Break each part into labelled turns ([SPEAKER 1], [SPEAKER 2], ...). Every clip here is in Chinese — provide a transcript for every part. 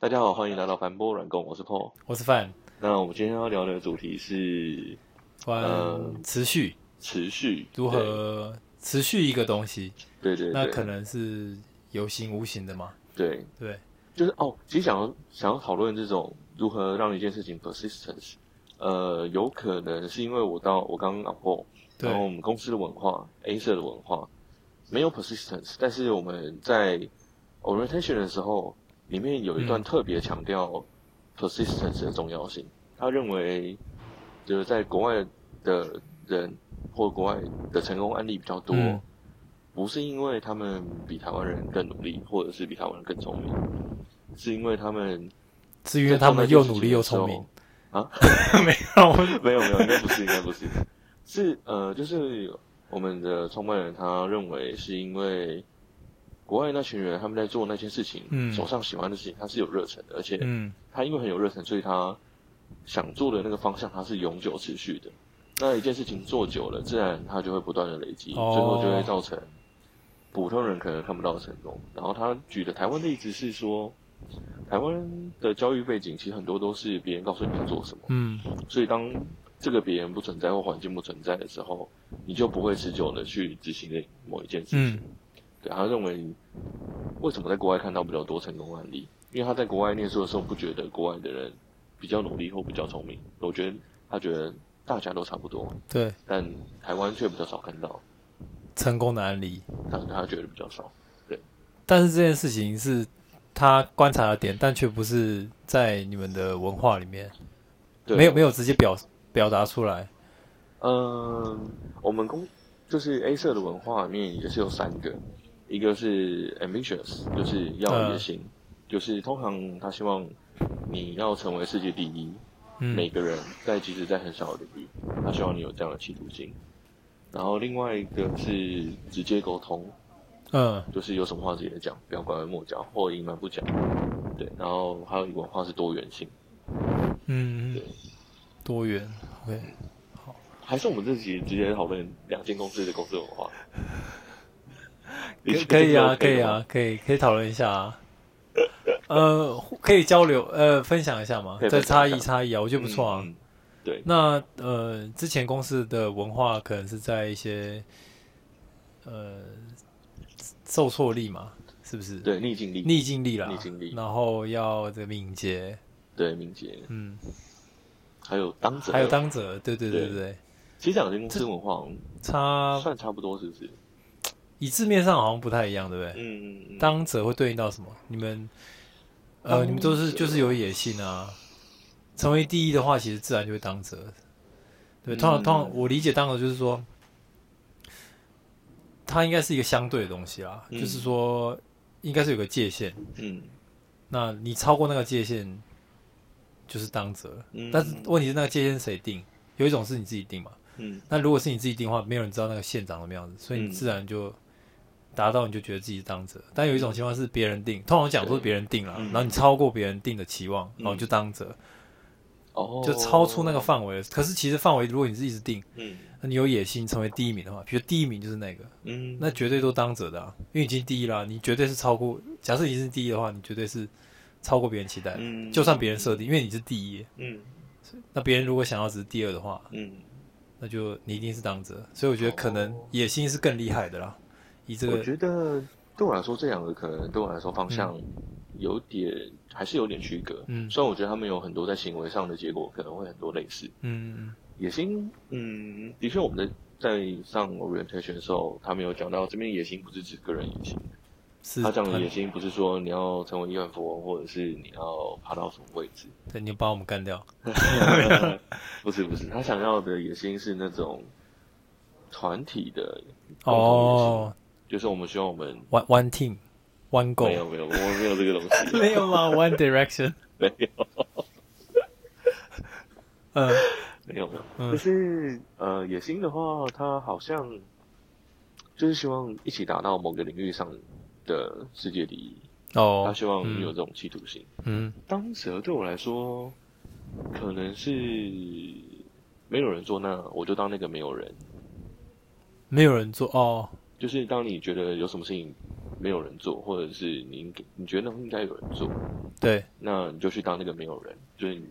[SPEAKER 1] 大家好，欢迎来到凡波软工，我是 Paul。
[SPEAKER 2] 我是范，
[SPEAKER 1] 那我们今天要聊的主题是嗯
[SPEAKER 2] 关持续
[SPEAKER 1] 持续
[SPEAKER 2] 如？何持续一个东西，
[SPEAKER 1] 对对对，
[SPEAKER 2] 那可能是有形无形的嘛，
[SPEAKER 1] 对，
[SPEAKER 2] 对，
[SPEAKER 1] 就是哦，其实想要想要讨论这种如何让一件事情 persistence，呃，有可能是因为我到我刚刚 Apple，
[SPEAKER 2] 对
[SPEAKER 1] 然后我们公司的文化，A 社的文化没有 persistence，但是我们在 orientation 的时候，里面有一段
[SPEAKER 2] 嗯
[SPEAKER 1] 特别强调 persistence 的重要性。他认为，就是在国外的人或国外的成功案例比较多，
[SPEAKER 2] 嗯
[SPEAKER 1] 不是因为他们比台湾人更努力，或者是比台湾人更聪明，是因为他们
[SPEAKER 2] 是因为他们又努力又聪明，
[SPEAKER 1] 啊，
[SPEAKER 2] 没有，我
[SPEAKER 1] 没有没有，应该不是，应该不是，是呃，就是我们的创办人他认为是因为国外那群人他们在做那件事情，
[SPEAKER 2] 嗯
[SPEAKER 1] 手上喜欢的事情，他是有热忱的，而且
[SPEAKER 2] 嗯，
[SPEAKER 1] 他因为很有热忱，所以他想做的那个方向他是永久持续的。那一件事情做久了，自然他就会不断的累积，
[SPEAKER 2] 哦
[SPEAKER 1] 最后就会造成普通人可能看不到的成功。然后他举的台湾例子是说，台湾的教育背景其实很多都是别人告诉你要做什么。
[SPEAKER 2] 嗯，
[SPEAKER 1] 所以当这个别人不存在或环境不存在的时候，你就不会持久的去执行的某一件事情。
[SPEAKER 2] 嗯
[SPEAKER 1] 对，他认为为什么在国外看到比较多成功案例？因为他在国外念书的时候，不觉得国外的人比较努力或比较聪明。我觉得他觉得大家都差不多，
[SPEAKER 2] 对，
[SPEAKER 1] 但台湾却比较少看到，
[SPEAKER 2] 成功的案例，
[SPEAKER 1] 他他觉得比较少。
[SPEAKER 2] 但是这件事情是他观察的点，但却不是在你们的文化里面，
[SPEAKER 1] 对，啊
[SPEAKER 2] 没有没有直接表表达出来，
[SPEAKER 1] 嗯，我们公就是 A 社的文化里面也是有三个，一个是 ambitious，就是要
[SPEAKER 2] 嗯
[SPEAKER 1] 有野心，就是通常他希望你要成为世界第一，每
[SPEAKER 2] 嗯
[SPEAKER 1] 个人在即使在很小的领域，他希望你有这样的企图心。然后另外一个是直接沟通，
[SPEAKER 2] 嗯
[SPEAKER 1] 就是有什么话直接讲，不要拐弯抹角或隐瞒不讲。对，然后还有一个文化是多元性，
[SPEAKER 2] 嗯，嗯多元，OK，
[SPEAKER 1] 还是我们这集直接讨论两间公司的公司文化。
[SPEAKER 2] 可可以啊，可以
[SPEAKER 1] 的吗
[SPEAKER 2] 啊，可以可以讨论一下啊。 呃，互可以交流，呃，分享一下嘛
[SPEAKER 1] 可以，
[SPEAKER 2] 这
[SPEAKER 1] 分享
[SPEAKER 2] 差
[SPEAKER 1] 一下
[SPEAKER 2] 异差异啊，我觉得不错啊。
[SPEAKER 1] 嗯嗯对，
[SPEAKER 2] 那呃，之前公司的文化可能是在一些呃受挫力嘛，是不是？
[SPEAKER 1] 对逆境力，
[SPEAKER 2] 逆境力啦，
[SPEAKER 1] 逆境力
[SPEAKER 2] 然后要这个敏捷，
[SPEAKER 1] 对敏捷，
[SPEAKER 2] 嗯，
[SPEAKER 1] 还有当责，
[SPEAKER 2] 还有，当责，对对对
[SPEAKER 1] 对
[SPEAKER 2] 对对，
[SPEAKER 1] 其实两间公司文化
[SPEAKER 2] 差
[SPEAKER 1] 算差不多，是不是？
[SPEAKER 2] 以字面上好像不太一样，对不对？
[SPEAKER 1] 嗯，嗯嗯
[SPEAKER 2] 当者会对应到什么？你们，
[SPEAKER 1] 当
[SPEAKER 2] 呃，
[SPEAKER 1] 者
[SPEAKER 2] 你们都是就是有野心啊。成为第一的话，其实自然就会当者。对，通常
[SPEAKER 1] 嗯
[SPEAKER 2] 通常我理解当者就是说，它应该是一个相对的东西啦，
[SPEAKER 1] 嗯
[SPEAKER 2] 就是说应该是有个界限。
[SPEAKER 1] 嗯
[SPEAKER 2] 那你超过那个界限，就是当者了。
[SPEAKER 1] 嗯，
[SPEAKER 2] 但是问题是那个界限是谁定？有一种是你自己定嘛。
[SPEAKER 1] 嗯
[SPEAKER 2] 那如果是你自己定的话，没有人知道那个线长什么样子，所以
[SPEAKER 1] 嗯
[SPEAKER 2] 你自然就达到，你就觉得自己是当者。但有一种情况是别人定，通常讲都是别人定了，
[SPEAKER 1] 嗯
[SPEAKER 2] 然后你超过别人定的期望，然后你就当者，
[SPEAKER 1] 哦，
[SPEAKER 2] 就超出那个，范围了。可是其实范围，如果你是一直定，
[SPEAKER 1] 嗯
[SPEAKER 2] 那你有野心成为第一名的话，比如第一名就是那个，
[SPEAKER 1] 嗯，
[SPEAKER 2] 那绝对都当者的、啊，因为已经第一啦，你绝对是超过。假设你是第一的话，你绝对是超过别人期待的，
[SPEAKER 1] 嗯
[SPEAKER 2] 就算别人设定，因为你是第一，
[SPEAKER 1] 嗯
[SPEAKER 2] 那别人如果想要只是第二的话，
[SPEAKER 1] 嗯，
[SPEAKER 2] 那就你一定是当责，所以我觉得可能野心是更厉害的啦。以这
[SPEAKER 1] 我
[SPEAKER 2] 个
[SPEAKER 1] 觉得对我来说，这两个可能对我来说方向有点还是有点区隔。
[SPEAKER 2] 嗯
[SPEAKER 1] 虽然我觉得他们有很多在行为上的结果可能会很多类似，
[SPEAKER 2] 嗯
[SPEAKER 1] 野心，嗯，的确，我们在在上 orientation 的时候，他们有讲到，这边野心不是指个人野心，
[SPEAKER 2] 是
[SPEAKER 1] 他讲的
[SPEAKER 2] 很
[SPEAKER 1] 野心不是说你要成为亿万富翁，或者是你要爬到什么位置，
[SPEAKER 2] 对，你把我们干掉。
[SPEAKER 1] 不是不是，他想要的野心是那种团体的共同野心，
[SPEAKER 2] 哦
[SPEAKER 1] 就是我们希望我们
[SPEAKER 2] ，One One Team One
[SPEAKER 1] 没有
[SPEAKER 2] Goal
[SPEAKER 1] 没有，我们没有这个东西， 啊
[SPEAKER 2] 没有吗？One Direction
[SPEAKER 1] 没有
[SPEAKER 2] 嗯
[SPEAKER 1] 没有没有，
[SPEAKER 2] 嗯
[SPEAKER 1] 就是呃，野心的话，他好像就是希望一起达到某个领域上的世界第一。
[SPEAKER 2] 哦，
[SPEAKER 1] 他希望
[SPEAKER 2] 嗯
[SPEAKER 1] 你有这种企图心。
[SPEAKER 2] 嗯
[SPEAKER 1] 当时对我来说，可能是没有人做那，我就当那个没有人。
[SPEAKER 2] 没有人做哦，
[SPEAKER 1] 就是当你觉得有什么事情没有人做，或者是你应该你觉得那应该有人做，
[SPEAKER 2] 对，
[SPEAKER 1] 那你就去当那个没有人，就是你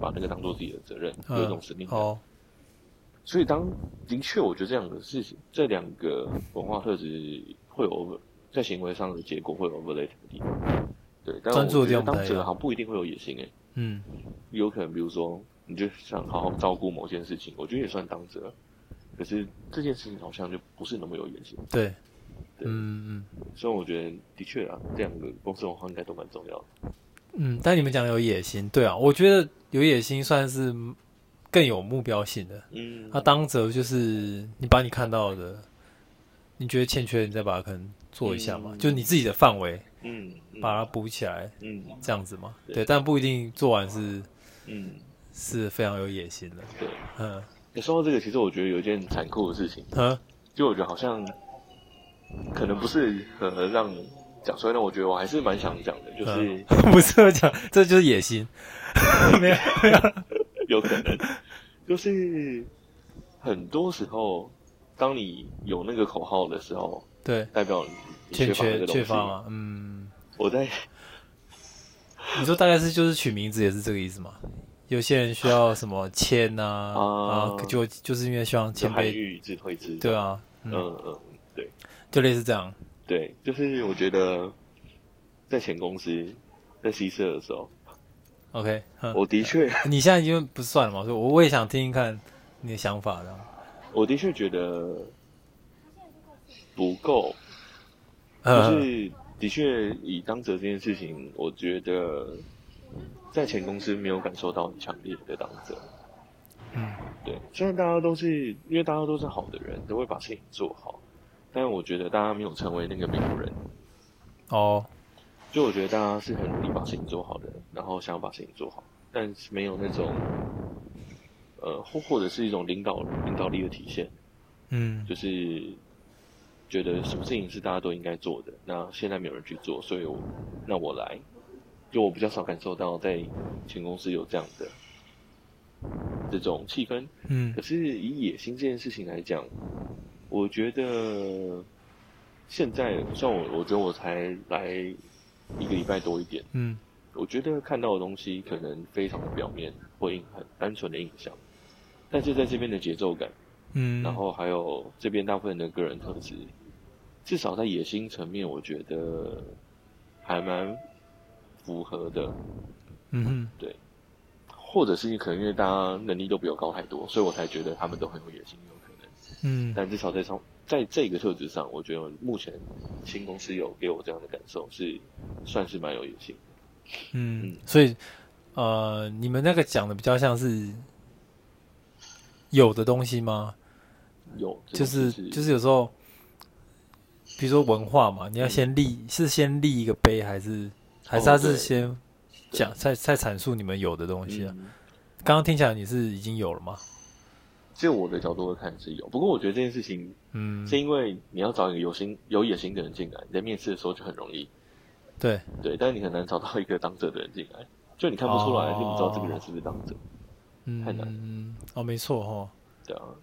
[SPEAKER 1] 把那个当做自己的责任，有一种
[SPEAKER 2] 嗯
[SPEAKER 1] 使命，感。
[SPEAKER 2] 哦，
[SPEAKER 1] 所以当的确，我觉得这两个事情，这两个文化特质会有 over 在行为上的结果会有 overlap 的地方。对，但我
[SPEAKER 2] 专注的
[SPEAKER 1] 觉
[SPEAKER 2] 地
[SPEAKER 1] 得
[SPEAKER 2] 方不
[SPEAKER 1] 当
[SPEAKER 2] 太一样
[SPEAKER 1] 哲
[SPEAKER 2] 啊
[SPEAKER 1] 行不一定会有野心诶、
[SPEAKER 2] 嗯，
[SPEAKER 1] 有可能比如说你就想好好照顾某件事情，我觉得也算当责。可是这件事情好像就不是那么有野心，
[SPEAKER 2] 对，
[SPEAKER 1] 对
[SPEAKER 2] 嗯嗯
[SPEAKER 1] 所以我觉得的确啊，这两个公司文化应该都蛮重要的。
[SPEAKER 2] 嗯，但你们讲有野心，对啊，我觉得有野心算是更有目标性的。
[SPEAKER 1] 嗯，
[SPEAKER 2] 那当责就是你把你看到的，你觉得欠缺，你再把它可能做一下嘛，
[SPEAKER 1] 嗯
[SPEAKER 2] 就你自己的范围
[SPEAKER 1] 嗯，嗯
[SPEAKER 2] 把它补起来，
[SPEAKER 1] 嗯
[SPEAKER 2] 这样子嘛。
[SPEAKER 1] 对
[SPEAKER 2] 对，但不一定做完是
[SPEAKER 1] 嗯，
[SPEAKER 2] 是非常有野心的。
[SPEAKER 1] 对。
[SPEAKER 2] 嗯
[SPEAKER 1] 你说到这个，其实我觉得有一件残酷的事情。
[SPEAKER 2] 嗯
[SPEAKER 1] 就我觉得好像可能不是很让讲，所以呢，我觉得我还是蛮想讲的，
[SPEAKER 2] 嗯
[SPEAKER 1] 就是，
[SPEAKER 2] 不是我讲，这就是野心， 没有，
[SPEAKER 1] 有可能，就是很多时候，当你有那个口号的时候，
[SPEAKER 2] 对，
[SPEAKER 1] 代表你你
[SPEAKER 2] 欠
[SPEAKER 1] 乏那
[SPEAKER 2] 缺
[SPEAKER 1] 个东
[SPEAKER 2] 缺
[SPEAKER 1] 西。
[SPEAKER 2] 乏嘛，嗯，
[SPEAKER 1] 我在
[SPEAKER 2] 你说大概是就是取名字也是这个意思嘛？有些人需要什么谦呐啊
[SPEAKER 1] 啊，
[SPEAKER 2] 可就就是因为希望谦
[SPEAKER 1] 就韩
[SPEAKER 2] 卑，
[SPEAKER 1] 愈智慧之，
[SPEAKER 2] 对，啊，
[SPEAKER 1] 嗯
[SPEAKER 2] 嗯，
[SPEAKER 1] 嗯，对
[SPEAKER 2] 就类似这样，
[SPEAKER 1] 对，就是我觉得在前公司在西社的时候，
[SPEAKER 2] OK，嗯
[SPEAKER 1] 我的确
[SPEAKER 2] 你现在已经不算了嘛，所以我我也想听听看你的想法的。
[SPEAKER 1] 我的确觉得不够 就
[SPEAKER 2] 嗯
[SPEAKER 1] 是的确以当责这件事情，我觉得在前公司没有感受到很强烈的当责。
[SPEAKER 2] 嗯，
[SPEAKER 1] 对，虽然大家都是因为大家都是好的人，都会把事情做好，但我觉得大家没有成为那个没有人，
[SPEAKER 2] 哦，
[SPEAKER 1] 就我觉得大家是很努力把事情做好的，然后想要把事情做好，但是没有那种。呃，或或者是一种领导领导力的体现，
[SPEAKER 2] 嗯
[SPEAKER 1] 就是觉得什么事情是大家都应该做的，那现在没有人去做，所以我那我来，就我比较少感受到在前公司有这样的这种气氛。
[SPEAKER 2] 嗯
[SPEAKER 1] 可是以野心这件事情来讲，我觉得现在像我，我觉得我才来一个礼拜多一点，
[SPEAKER 2] 嗯
[SPEAKER 1] 我觉得看到的东西可能非常的表面或印很单纯的印象，但是在这边的节奏感。
[SPEAKER 2] 嗯，
[SPEAKER 1] 然后还有这边大部分的个人特质，至少在野心层面，我觉得还蛮符合的。
[SPEAKER 2] 嗯哼
[SPEAKER 1] 或者是可能因为大家能力都比我高太多，所以我才觉得他们都很有野心，有可能。
[SPEAKER 2] 嗯
[SPEAKER 1] 但至少在上，在这个特质上，我觉得目前新公司有给我这样的感受，是算是蛮有野心。
[SPEAKER 2] 嗯
[SPEAKER 1] 嗯，
[SPEAKER 2] 所以呃，你们那个讲的比较像是有的东西吗？
[SPEAKER 1] 有，这种
[SPEAKER 2] 就是
[SPEAKER 1] 是
[SPEAKER 2] 就是有时候，比如说文化嘛，你要
[SPEAKER 1] 嗯
[SPEAKER 2] 先立是先立一个碑，还是还是他
[SPEAKER 1] 哦
[SPEAKER 2] 是
[SPEAKER 1] 对
[SPEAKER 2] 先讲再再阐述你们有的东西啊？
[SPEAKER 1] 嗯
[SPEAKER 2] 刚刚听起来你是已经有了吗？
[SPEAKER 1] 就我的角度来看是有，不过我觉得这件事情
[SPEAKER 2] 嗯，
[SPEAKER 1] 是因为你要找一个有心有野心的人进来，你在面试的时候就很容易。
[SPEAKER 2] 对，
[SPEAKER 1] 对，但你很难找到一个当责的人进来，就你看不出来，
[SPEAKER 2] 哦
[SPEAKER 1] 就你知道这个人是不是当责，太难了
[SPEAKER 2] 嗯，哦，没错哈。
[SPEAKER 1] 对啊。
[SPEAKER 2] 哦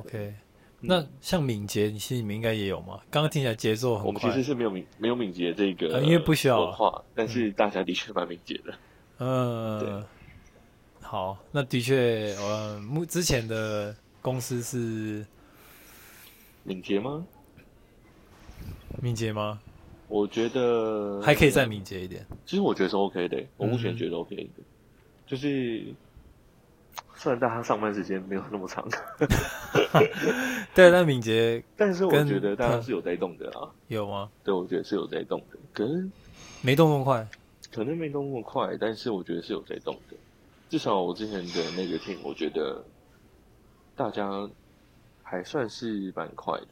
[SPEAKER 2] OK，那
[SPEAKER 1] 嗯
[SPEAKER 2] 像敏捷，你其实你们应该也有嘛？刚刚听起来节奏
[SPEAKER 1] 我
[SPEAKER 2] 很
[SPEAKER 1] 们其
[SPEAKER 2] 快
[SPEAKER 1] 实，是没有敏没有敏捷这个、
[SPEAKER 2] 呃因为不需要啊
[SPEAKER 1] 文化，但是大家的确蛮敏捷的。
[SPEAKER 2] 嗯
[SPEAKER 1] 对，
[SPEAKER 2] 好，那的确，呃，目之前的公司是
[SPEAKER 1] 敏捷吗？
[SPEAKER 2] 敏捷吗？
[SPEAKER 1] 我觉得
[SPEAKER 2] 还可以再。敏捷一点。
[SPEAKER 1] 其实我觉得是 OK 的，欸我目前
[SPEAKER 2] 嗯
[SPEAKER 1] 觉得 OK 的，就是虽然大家上班时间没有那么长，
[SPEAKER 2] 对，但敏捷
[SPEAKER 1] 但是我
[SPEAKER 2] 跟
[SPEAKER 1] 觉得大家
[SPEAKER 2] 嗯
[SPEAKER 1] 是有在动的啊。
[SPEAKER 2] 有吗？
[SPEAKER 1] 对，我觉得是有在动的，可是
[SPEAKER 2] 没动那么快。
[SPEAKER 1] 可能没动那么快，但是我觉得是有在动的。至少我之前的那个 team，我觉得大家还算是蛮快的。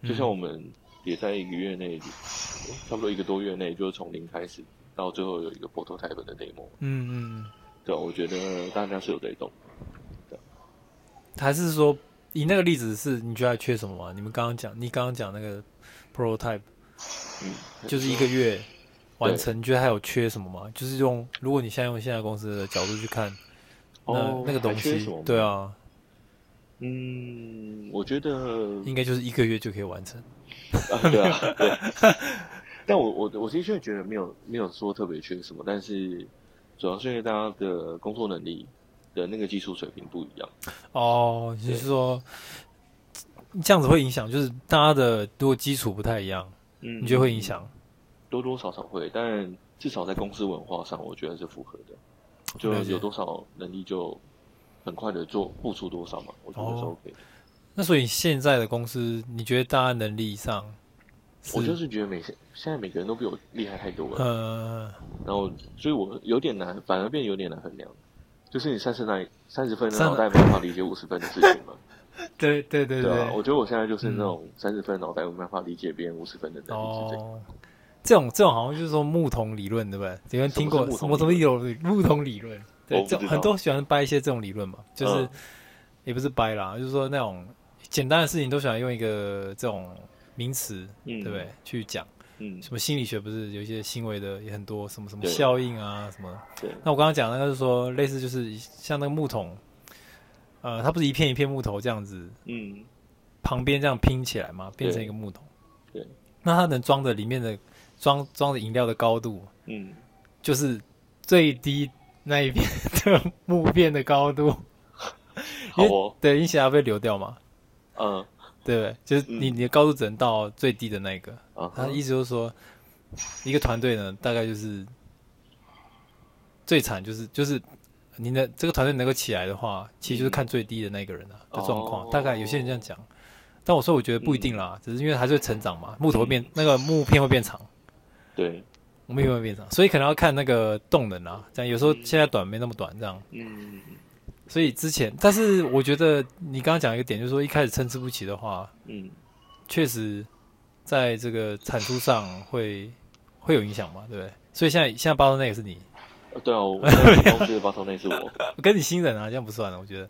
[SPEAKER 2] 嗯
[SPEAKER 1] 就像我们也在一个月内，差不多一个多月内，就是从零开始到最后有一个 prototype 的 demo。
[SPEAKER 2] 嗯嗯，
[SPEAKER 1] 对啊，我觉得大家是有在动。
[SPEAKER 2] 还是说以那个例子是你觉得还缺什么吗？你们刚刚讲，你刚刚讲那个 prototype。
[SPEAKER 1] 嗯，
[SPEAKER 2] 就是一个月完成，你觉得还有缺什么吗？就是用如果你现在用现在公司的角度去看，
[SPEAKER 1] 哦，
[SPEAKER 2] 那那个东
[SPEAKER 1] 还缺
[SPEAKER 2] 西
[SPEAKER 1] 什么，
[SPEAKER 2] 对，啊，
[SPEAKER 1] 嗯，我觉得
[SPEAKER 2] 应该就是一个月就可以完成。
[SPEAKER 1] 啊，对啊，对。 但我我我的确觉得没有没有说特别缺什么，但是主要是因为大家的工作能力的那个技术水平不一样。
[SPEAKER 2] 哦，你是说这样子会影响，就是大家的如果基础不太一样，
[SPEAKER 1] 嗯
[SPEAKER 2] 你觉得会影响？
[SPEAKER 1] 多多少少会，但至少在公司文化上，我觉得是符合的。就
[SPEAKER 2] 了解
[SPEAKER 1] 有多少能力就很快的做付出多少嘛，我觉得是
[SPEAKER 2] 哦
[SPEAKER 1] OK 的。
[SPEAKER 2] 那所以现在的公司，你觉得大家能力上是，
[SPEAKER 1] 我就是觉得每现在每个人都比我厉害太多 了，
[SPEAKER 2] 呃，
[SPEAKER 1] 然后所以我有点难，反而变有点难衡量。就是你三十那三十分的
[SPEAKER 2] 三
[SPEAKER 1] 脑袋没办法理解五十分的事情嘛，
[SPEAKER 2] 对对对嗯
[SPEAKER 1] 对啊，我觉得我现在就是那种三十分的脑袋没办法理解别人五十分的能力是这样。
[SPEAKER 2] 哦，这种这种好像就是说木桶理论，对不对？有人听过
[SPEAKER 1] 什
[SPEAKER 2] 什
[SPEAKER 1] 么是
[SPEAKER 2] 么什
[SPEAKER 1] 木桶
[SPEAKER 2] 么
[SPEAKER 1] 理
[SPEAKER 2] 有木桶理论？
[SPEAKER 1] 我
[SPEAKER 2] 对，
[SPEAKER 1] 不
[SPEAKER 2] 这
[SPEAKER 1] 知
[SPEAKER 2] 种
[SPEAKER 1] 道
[SPEAKER 2] 很多喜欢掰一些这种理论嘛，就是、
[SPEAKER 1] 嗯
[SPEAKER 2] 也不是掰啦，就是说那种简单的事情都喜欢用一个这种名词，
[SPEAKER 1] 嗯
[SPEAKER 2] 对不对？去讲
[SPEAKER 1] 嗯，
[SPEAKER 2] 什么心理学不是有一些行为的也很多，什么什么
[SPEAKER 1] 对
[SPEAKER 2] 效应啊什么的。
[SPEAKER 1] 对，
[SPEAKER 2] 那我刚刚讲那个是说类似就是像那个木桶，呃，它不是一片一片木头这样子
[SPEAKER 1] 嗯，
[SPEAKER 2] 旁边这样拼起来嘛，变成
[SPEAKER 1] 对
[SPEAKER 2] 一个木桶。
[SPEAKER 1] 对，
[SPEAKER 2] 那它能装的里面的装装的饮料的高度，
[SPEAKER 1] 嗯，
[SPEAKER 2] 就是最低那一边的木片的高度。
[SPEAKER 1] 好哦，
[SPEAKER 2] 对，因为其他被流掉嘛，
[SPEAKER 1] 嗯
[SPEAKER 2] 对不对？就是你、
[SPEAKER 1] 嗯
[SPEAKER 2] 你的高度只能到最低的那一个。
[SPEAKER 1] 啊
[SPEAKER 2] 他
[SPEAKER 1] 哈，
[SPEAKER 2] 意思就是说，一个团队呢，大概就是最惨就是就是你的这个团队能够起来的话，其实就是看最低的那个人啊、的状况。
[SPEAKER 1] 嗯哦
[SPEAKER 2] 大概有些人这样讲，但我说我觉得不一定啦，
[SPEAKER 1] 嗯
[SPEAKER 2] 只是因为还是会成长嘛，木头会变、那个木片会变长，
[SPEAKER 1] 对，
[SPEAKER 2] 木片会变长，所以可能要看那个动能啊。这样有时候
[SPEAKER 1] 嗯
[SPEAKER 2] 现在短没那么短这样。
[SPEAKER 1] 嗯，
[SPEAKER 2] 所以之前，但是我觉得你刚刚讲一个点，就是说一开始参差不齐的话，
[SPEAKER 1] 嗯，
[SPEAKER 2] 确实在这个产出上会会有影响嘛，对不对？所以现在现在巴托那个是你，
[SPEAKER 1] 呃对啊， 我公司的八头内是我，
[SPEAKER 2] 跟你新人啊，这样不算了，我觉得。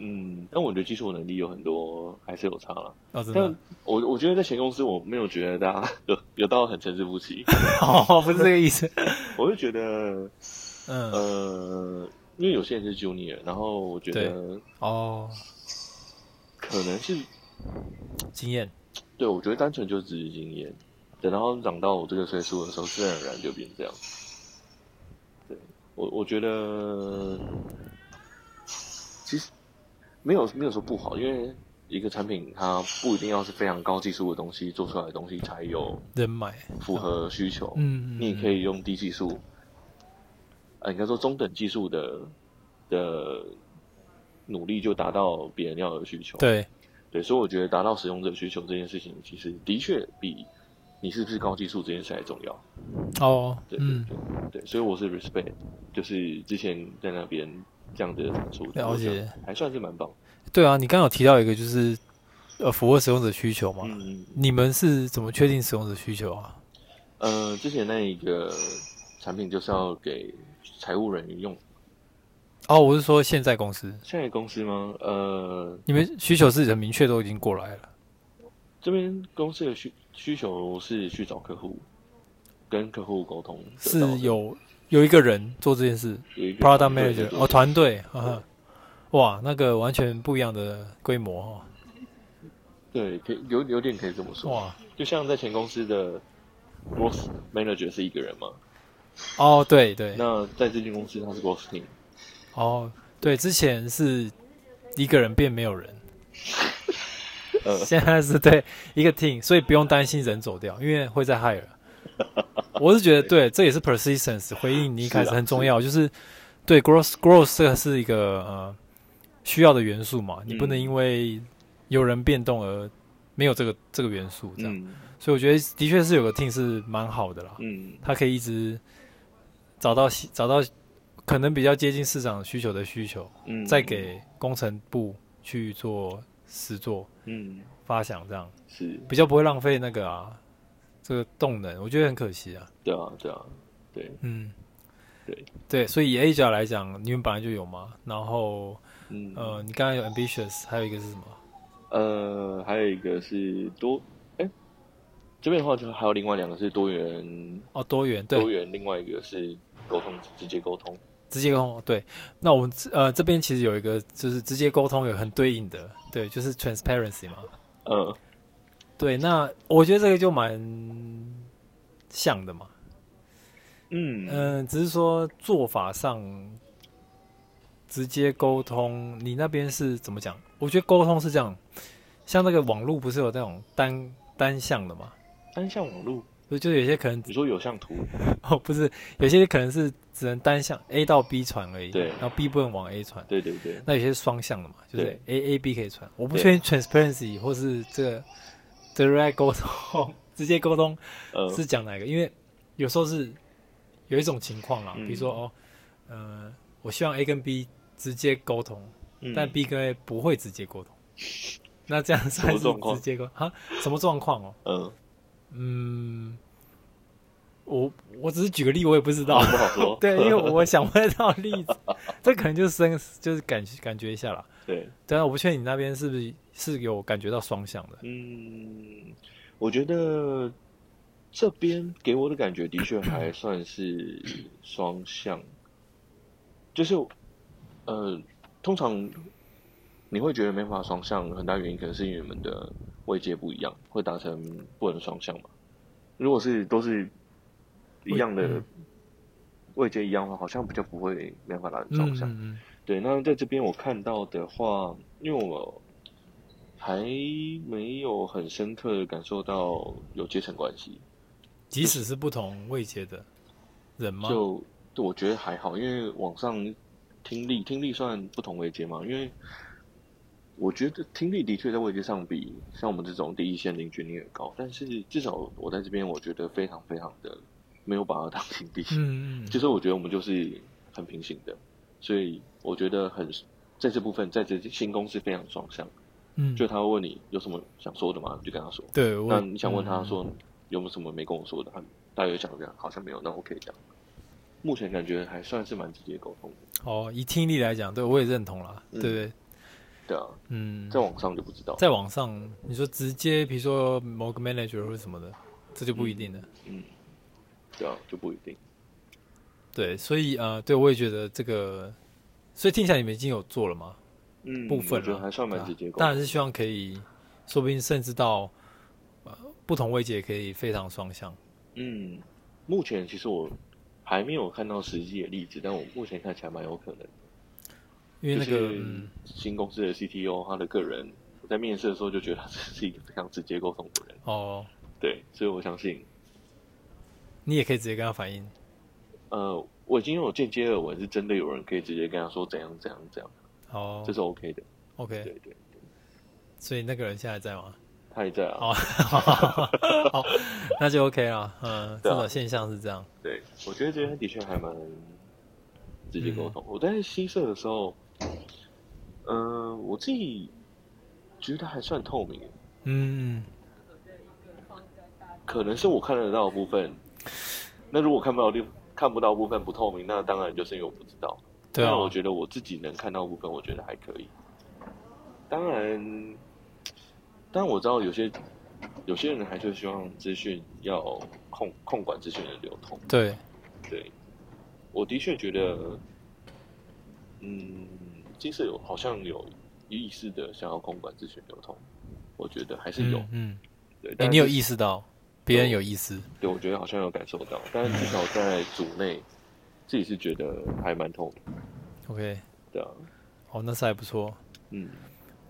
[SPEAKER 1] 嗯，但我觉得技术能力有很多还是有差了。
[SPEAKER 2] 哦，真的
[SPEAKER 1] 但，我我觉得在前公司我没有觉得大家 有有到很参差不齐，
[SPEAKER 2] 哦，不是这个意思。
[SPEAKER 1] 我就觉得
[SPEAKER 2] 嗯，
[SPEAKER 1] 呃，因为有些人是 junior，然后我觉得
[SPEAKER 2] 哦，
[SPEAKER 1] 可能是
[SPEAKER 2] 经验，
[SPEAKER 1] 对我觉得单纯就只是经验，等到他们长到我这个岁数的时候，自然而然就变这样。对我我觉得其实没有没有说不好，因为一个产品它不一定要是非常高技术的东西做出来的东西才有
[SPEAKER 2] 人脉，
[SPEAKER 1] 符合需求。
[SPEAKER 2] 嗯，
[SPEAKER 1] 你也可以用低技术，呃，应该说中等技术的的努力就达到别人要的需求。
[SPEAKER 2] 对，
[SPEAKER 1] 对，所以我觉得达到使用者需求这件事情，其实的确比你是不是高技术这件事还重要。
[SPEAKER 2] 哦，
[SPEAKER 1] 对对
[SPEAKER 2] 嗯，
[SPEAKER 1] 对、对，所以我是 respect，就是之前在那边这样的产出，
[SPEAKER 2] 了解
[SPEAKER 1] 我觉得还算是蛮棒。
[SPEAKER 2] 对啊，你刚刚有提到一个就是呃，符合使用者需求嘛？
[SPEAKER 1] 嗯，
[SPEAKER 2] 你们是怎么确定使用者需求啊？
[SPEAKER 1] 呃，之前那一个产品就是要给财务人员用，
[SPEAKER 2] 哦，我是说现在公司，
[SPEAKER 1] 现在公司吗？呃，
[SPEAKER 2] 你们需求是很明确，都已经过来了。
[SPEAKER 1] 这边公司的需需求是去找客户，跟客户沟通得到的，
[SPEAKER 2] 是有有一个人做这件事
[SPEAKER 1] 有一个
[SPEAKER 2] ，Product
[SPEAKER 1] 团队在
[SPEAKER 2] Manager
[SPEAKER 1] 做
[SPEAKER 2] 哦，团队，哈哈，哇，那个完全不一样的规模哦，
[SPEAKER 1] 对，可以有有点可以这么说，
[SPEAKER 2] 哇，
[SPEAKER 1] 就像在前公司的 Growth Manager 是一个人嘛，
[SPEAKER 2] 哦，对对，
[SPEAKER 1] 那在这间公司他是 Growth Team，
[SPEAKER 2] 哦，对，之前是一个人变没有人，
[SPEAKER 1] 呃，
[SPEAKER 2] 现在是对一个 team，所以不用担心人走掉，因为会再 hire。我是觉得对，这也是 persistence 回应你一开始
[SPEAKER 1] 是啊
[SPEAKER 2] 很重要，就是对 growth growth 这个是一个呃需要的元素嘛，你不能
[SPEAKER 1] 嗯
[SPEAKER 2] 因为有人变动而没有这个这个元素这样。
[SPEAKER 1] 嗯
[SPEAKER 2] 所以我觉得的确是有个 team 是蛮好的啦，
[SPEAKER 1] 嗯
[SPEAKER 2] 它可以一直找到西找到可能比较接近市场需求的需求，
[SPEAKER 1] 嗯，
[SPEAKER 2] 再给工程部去做实做
[SPEAKER 1] 嗯
[SPEAKER 2] 发想，这样
[SPEAKER 1] 是，
[SPEAKER 2] 比较不会浪费那个啊这个动能，我觉得很可惜啊。
[SPEAKER 1] 对啊对啊对，
[SPEAKER 2] 嗯，
[SPEAKER 1] 对
[SPEAKER 2] 对，所以以 A 角来讲，你们本来就有嘛，然后
[SPEAKER 1] 嗯
[SPEAKER 2] 呃，你刚才有 ambitious，还有一个是什么？
[SPEAKER 1] 呃，还有一个是多，哎，这边的话就还有另外两个是多元
[SPEAKER 2] 哦，多元对，
[SPEAKER 1] 多元，另外一个是沟通直接沟通，
[SPEAKER 2] 直接沟通，对。那我们呃这边其实有一个就是直接沟通有很对应的，对，就是 transparency 嘛。
[SPEAKER 1] 嗯
[SPEAKER 2] 对，那我觉得这个就蛮像的嘛。
[SPEAKER 1] 嗯
[SPEAKER 2] 嗯、只是说做法上直接沟通，你那边是怎么讲？我觉得沟通是这样，像那个网络不是有那种单单向的嘛？
[SPEAKER 1] 单向网络，
[SPEAKER 2] 就就有些可能
[SPEAKER 1] 你说有像图，
[SPEAKER 2] 哦，不是，有些可能是只能单向 A 到 B 传而已，
[SPEAKER 1] 对
[SPEAKER 2] 然后 B 不能往 A 传。
[SPEAKER 1] 对对对，
[SPEAKER 2] 那有些是双向的嘛，就是 A A B 可以传。我不
[SPEAKER 1] 对
[SPEAKER 2] 确定 transparency 或是这个 direct 沟通、 直接沟通
[SPEAKER 1] 呃，
[SPEAKER 2] 是讲哪个，因为有时候是有一种情况啦，
[SPEAKER 1] 嗯
[SPEAKER 2] 比如说哦，呃，我希望 A 跟 B 直接沟通，
[SPEAKER 1] 嗯
[SPEAKER 2] 但 B 跟 A 不会直接沟通，那这样算
[SPEAKER 1] 么
[SPEAKER 2] 是
[SPEAKER 1] 状况
[SPEAKER 2] 直接沟啊？什么状况哦？
[SPEAKER 1] 呃，
[SPEAKER 2] 嗯，我我只是举个例，我也不 知道。
[SPEAKER 1] 不好说，
[SPEAKER 2] 对，因为我想不到例子，这可能就是生就是感感觉一下啦。
[SPEAKER 1] 对，
[SPEAKER 2] 对啊，我不确定你那边是不是是有感觉到双向的。
[SPEAKER 1] 嗯，我觉得这边给我的感觉的确还算是双向，就是呃，通常你会觉得没办法双向，很大原因可能是因为你们的位阶不一样，会达成不能双向嘛。如果是都是一样的
[SPEAKER 2] 嗯
[SPEAKER 1] 位阶一样的话，好像比较不会没办法达成
[SPEAKER 2] 嗯
[SPEAKER 1] 双向。
[SPEAKER 2] 嗯
[SPEAKER 1] 对，那在这边我看到的话，因为我还没有很深刻的感受到有阶层关系，
[SPEAKER 2] 即使是不同位阶的人吗？
[SPEAKER 1] 就就我觉得还好，因为网上听力听力算不同位阶嘛，因为我觉得听力的确在位阶上比像我们这种第一线零群力很高，但是至少我在这边我觉得非常非常的没有把它当听力，
[SPEAKER 2] 嗯嗯
[SPEAKER 1] 其实我觉得我们就是很平行的，所以我觉得很在这部分在这新公司非常双向。
[SPEAKER 2] 嗯，
[SPEAKER 1] 就他会问你有什么想说的吗？你就跟他说。
[SPEAKER 2] 对，我
[SPEAKER 1] 那你想问他
[SPEAKER 2] 嗯
[SPEAKER 1] 说有没有什么没跟我说的？他大约讲这样，好像没有，那我可以讲。目前感觉还算是蛮直接沟通的，
[SPEAKER 2] 哦，以听力来讲，对我也认同啦，
[SPEAKER 1] 嗯
[SPEAKER 2] 对不对？
[SPEAKER 1] 对啊，
[SPEAKER 2] 嗯，
[SPEAKER 1] 在网上就不知道。
[SPEAKER 2] 在网上你说直接，比如说某个 manager 或者什么的，这就不一定了。
[SPEAKER 1] 嗯，对啊，就不一定。
[SPEAKER 2] 对，所以呃，对我也觉得这个，所以听起来你们已经有做了吗？
[SPEAKER 1] 嗯，
[SPEAKER 2] 部分
[SPEAKER 1] 我觉得
[SPEAKER 2] 啊
[SPEAKER 1] 还算蛮
[SPEAKER 2] 对啊
[SPEAKER 1] 直接沟
[SPEAKER 2] 当然
[SPEAKER 1] 通。
[SPEAKER 2] 是希望可以，说不定甚至到呃不同位阶也可以非常双向。
[SPEAKER 1] 嗯，目前其实我还没有看到实际的例子，但我目前看起来蛮有可能。
[SPEAKER 2] 因为那
[SPEAKER 1] 就
[SPEAKER 2] 个、
[SPEAKER 1] 是
[SPEAKER 2] 嗯、
[SPEAKER 1] 新公司的 CTO 他的个人，我在面试的时候就觉得他是一个非常直接沟通的人。
[SPEAKER 2] 哦，
[SPEAKER 1] 对，所以我相信
[SPEAKER 2] 你也可以直接跟他反映。
[SPEAKER 1] 呃，我已经有间接耳闻，是真的有人可以直接跟他说怎样怎样怎样，
[SPEAKER 2] 哦
[SPEAKER 1] 这是 OK 的。
[SPEAKER 2] ，OK，
[SPEAKER 1] 对对，
[SPEAKER 2] 所以那个人现在还 在吗？
[SPEAKER 1] 他也在啊。
[SPEAKER 2] 哦，好，那就 OK 了。嗯，至
[SPEAKER 1] 对啊
[SPEAKER 2] 少现象是这样。
[SPEAKER 1] 对，我觉得这边的确还蛮直接
[SPEAKER 2] 嗯
[SPEAKER 1] 沟通。我在新社的时候，嗯、我自己觉得还算透明，
[SPEAKER 2] 嗯，
[SPEAKER 1] 可能是我看得到的部分。那如果看不到的看不到的部分不透明，那当然就是因为我不知道。
[SPEAKER 2] 对啊
[SPEAKER 1] 但，我觉得我自己能看到的部分，我觉得还可以。当然，当然我知道有些有些人还是希望资讯要控控管资讯的流通。
[SPEAKER 2] 对，
[SPEAKER 1] 对，我的确觉得，嗯，金色有好像有意识的想要控管资讯流通，我觉得还是有。
[SPEAKER 2] 嗯，
[SPEAKER 1] 对，
[SPEAKER 2] 哎、
[SPEAKER 1] 但
[SPEAKER 2] 你有
[SPEAKER 1] 是
[SPEAKER 2] 意识到，别人有意识。
[SPEAKER 1] 对，我觉得好像有感受到，但是至少在组内，自己是觉得还蛮透明
[SPEAKER 2] OK，
[SPEAKER 1] 的啊。
[SPEAKER 2] 哦，那是还不错。
[SPEAKER 1] 嗯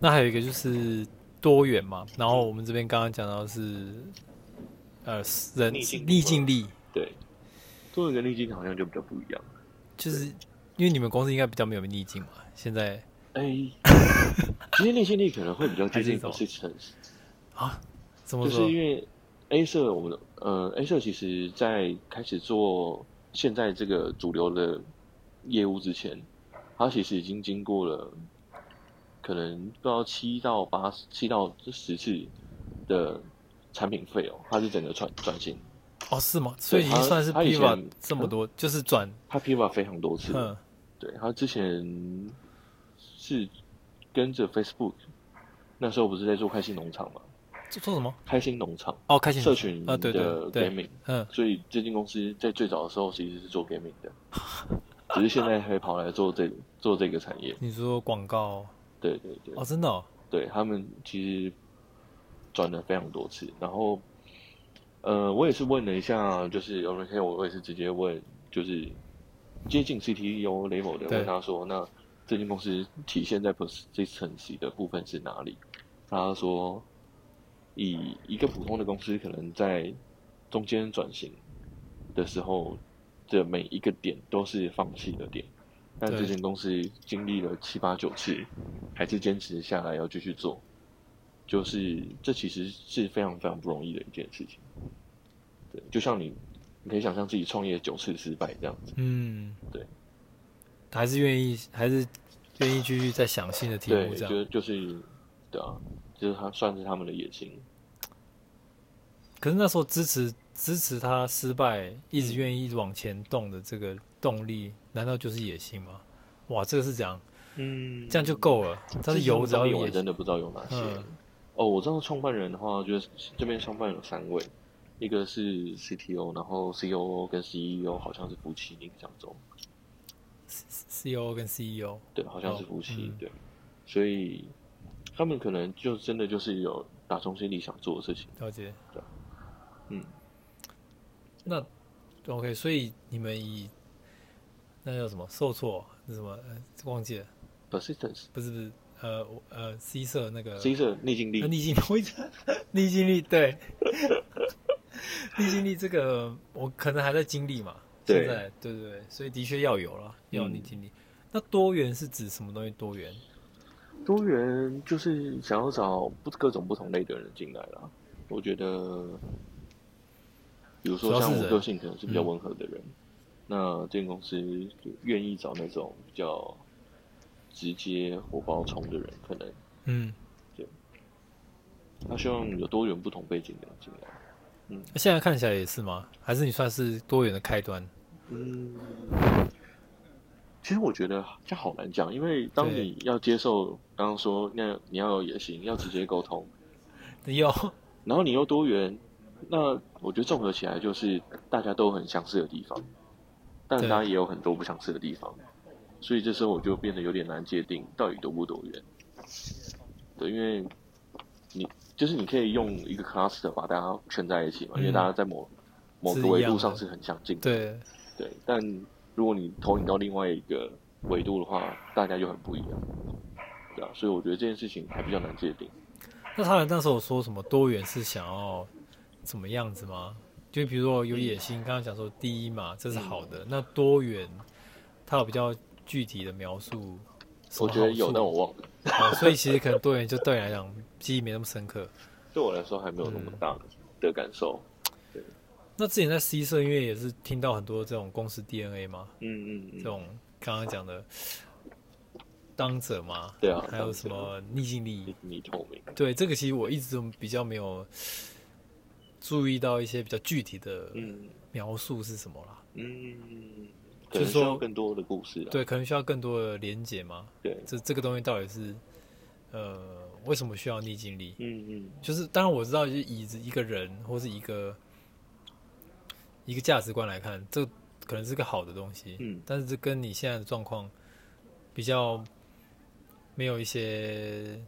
[SPEAKER 2] 那还有一个就是多元嘛，然后我们这边刚刚讲到是，呃，人
[SPEAKER 1] 逆境力
[SPEAKER 2] 逆境力，
[SPEAKER 1] 对，多元跟逆境好像就比较不一样。
[SPEAKER 2] 就是因为你们公司应该比较没有逆境嘛，现在
[SPEAKER 1] 哎、其实内心力可能会比较接近
[SPEAKER 2] 还
[SPEAKER 1] p
[SPEAKER 2] 是
[SPEAKER 1] e 城市，
[SPEAKER 2] 啊，怎么
[SPEAKER 1] 就是
[SPEAKER 2] 说？
[SPEAKER 1] 因为 A 社我们的呃 A 社其实在开始做现在这个主流的业务之前，它其实已经经过了可能不知道七到八七到十次的产品费哦，它是整个转转型，
[SPEAKER 2] 哦，是吗？所以已
[SPEAKER 1] 对
[SPEAKER 2] 经
[SPEAKER 1] 他
[SPEAKER 2] 算是
[SPEAKER 1] 他以
[SPEAKER 2] Piva
[SPEAKER 1] 前
[SPEAKER 2] 这么多，就是转，
[SPEAKER 1] 它 pivot 非常多次，
[SPEAKER 2] 嗯，
[SPEAKER 1] 对他之前是跟着 Facebook，那时候不是在做开心农场嘛，
[SPEAKER 2] 做做什么？
[SPEAKER 1] 开心农场。
[SPEAKER 2] 哦，开心
[SPEAKER 1] 社群
[SPEAKER 2] 啊，
[SPEAKER 1] 的
[SPEAKER 2] 对对对，
[SPEAKER 1] gaming，
[SPEAKER 2] 嗯，
[SPEAKER 1] 所以这间公司在最早的时候其实是做 gaming 的，只是现在还跑来做这做这个产业。
[SPEAKER 2] 你说广告
[SPEAKER 1] 对对对
[SPEAKER 2] 哦，真的哦，
[SPEAKER 1] 对，他们其实转了非常多次，然后呃，我也是问了一下，就是 OK，我我也是直接问，就是接近 CTO level 的，
[SPEAKER 2] 对
[SPEAKER 1] 问他说，那这间公司体现在 persistency 的部分是哪里？他说，以一个普通的公司可能在中间转型的时候的每一个点都是放弃的点，但
[SPEAKER 2] 对
[SPEAKER 1] 这间公司经历了七八九次，还是坚持下来要继续做，就是这其实是非常非常不容易的一件事情。对，就像你，你可以想象自己创业九次失败这样子。
[SPEAKER 2] 嗯，
[SPEAKER 1] 对，
[SPEAKER 2] 还是愿意，还是愿意继续再想新的题
[SPEAKER 1] 对，
[SPEAKER 2] 目这
[SPEAKER 1] 就
[SPEAKER 2] 样。
[SPEAKER 1] 就是，对啊，就是他算是他们的野心。
[SPEAKER 2] 可是那时候支持支持他失败，一直愿意一直往前动的这个动力，难道就是野心吗？哇，这个是这样，
[SPEAKER 1] 嗯
[SPEAKER 2] 这样就够了。但是有只要
[SPEAKER 1] 有，我
[SPEAKER 2] 有
[SPEAKER 1] 还真的不知道有哪些。
[SPEAKER 2] 嗯
[SPEAKER 1] 哦，我知道创办人的话，就是这边创办人有三位，一个是 CTO，然后 COO 跟 CEO 好像是夫妻，印象中，
[SPEAKER 2] C O 跟 C E O，
[SPEAKER 1] 对，好像是夫妻，
[SPEAKER 2] 哦嗯
[SPEAKER 1] 对，所以他们可能就真的就是有打从心里想做的事情，
[SPEAKER 2] 了解。
[SPEAKER 1] 嗯，
[SPEAKER 2] 那 OK，所以你们以那叫什么受挫？那什么、呃、忘记了？
[SPEAKER 1] ，persistence。
[SPEAKER 2] 不是不是，呃我呃 C 社那个
[SPEAKER 1] C 社逆境力
[SPEAKER 2] 那，逆境力，我一直 逆境力对， 逆境力这个我可能还在经历嘛，
[SPEAKER 1] 对
[SPEAKER 2] 现在对对对，所以的确要有了，要有
[SPEAKER 1] 嗯
[SPEAKER 2] 逆境力。那多元是指什么东西？多元
[SPEAKER 1] 多元就是想要找不各种不同类的人进来啦。我觉得，比如
[SPEAKER 2] 主
[SPEAKER 1] 说
[SPEAKER 2] 要是
[SPEAKER 1] 像我
[SPEAKER 2] 人嗯
[SPEAKER 1] 个性可能是比较温和的人，那这间公司就愿意找那种比较直接火爆冲的人，可能
[SPEAKER 2] 嗯，
[SPEAKER 1] 他希望有多元不同背景的人进来。
[SPEAKER 2] 那现在看起来也是吗？还是你算是多元的 开端？
[SPEAKER 1] 嗯，其实我觉得这好难讲，因为当
[SPEAKER 2] 对
[SPEAKER 1] 你要接受刚刚说那你要有野心，要直接沟通，
[SPEAKER 2] 有
[SPEAKER 1] 然后你又多元，那我觉得综合起来就是大家都有很相似的地方，但
[SPEAKER 2] 对
[SPEAKER 1] 大家也有很多不相似的地方，所以这时候我就变得有点难界定到底多不多元。对，因为你就是你可以用一个 cluster 把大家圈在一起嘛，因为
[SPEAKER 2] 嗯
[SPEAKER 1] 大家在某某
[SPEAKER 2] 是
[SPEAKER 1] 个
[SPEAKER 2] 一
[SPEAKER 1] 维
[SPEAKER 2] 样
[SPEAKER 1] 度
[SPEAKER 2] 的
[SPEAKER 1] 上是很相近的。
[SPEAKER 2] 对
[SPEAKER 1] 对，但如果你投影到另外一个维度的话，大家就很不一样。对啊，所以我觉得这件事情还比较难界定。
[SPEAKER 2] 那他那时候有说什么多元是想要怎么样子吗？就比如说有野心，刚刚讲说第一嘛，这是好的。
[SPEAKER 1] 嗯
[SPEAKER 2] 那多元，他有比较具体的描述什
[SPEAKER 1] 我
[SPEAKER 2] 么好处吗。
[SPEAKER 1] 觉得有，但我忘了。
[SPEAKER 2] 哦，所以其实可能多元就对你来讲记忆没那么深刻。
[SPEAKER 1] 对我来说还没有那么大的感受。
[SPEAKER 2] 那之前在 C 社，因为也是听到很多这种公司 DNA 嘛，
[SPEAKER 1] 嗯嗯
[SPEAKER 2] 这
[SPEAKER 1] 嗯，
[SPEAKER 2] 种刚刚讲的当者嘛，
[SPEAKER 1] 对啊，
[SPEAKER 2] 还有什么逆境力
[SPEAKER 1] 你，你透明？
[SPEAKER 2] 对这个其实我一直都比较没有注意到一些比较具体的
[SPEAKER 1] 嗯
[SPEAKER 2] 描述是什么啦。
[SPEAKER 1] 嗯，可
[SPEAKER 2] 就是
[SPEAKER 1] 能需要
[SPEAKER 2] 说
[SPEAKER 1] 更多的故事啊。
[SPEAKER 2] 对，可能需要更多的连接嘛。
[SPEAKER 1] 对，
[SPEAKER 2] 这这个东西到底是呃为什么需要逆境力？
[SPEAKER 1] 嗯嗯
[SPEAKER 2] 就是当然我知道，就是以一个人或是一个一个价值观来看，这可能是个好的东西。
[SPEAKER 1] 嗯
[SPEAKER 2] 但是这跟你现在的状况比较没有一些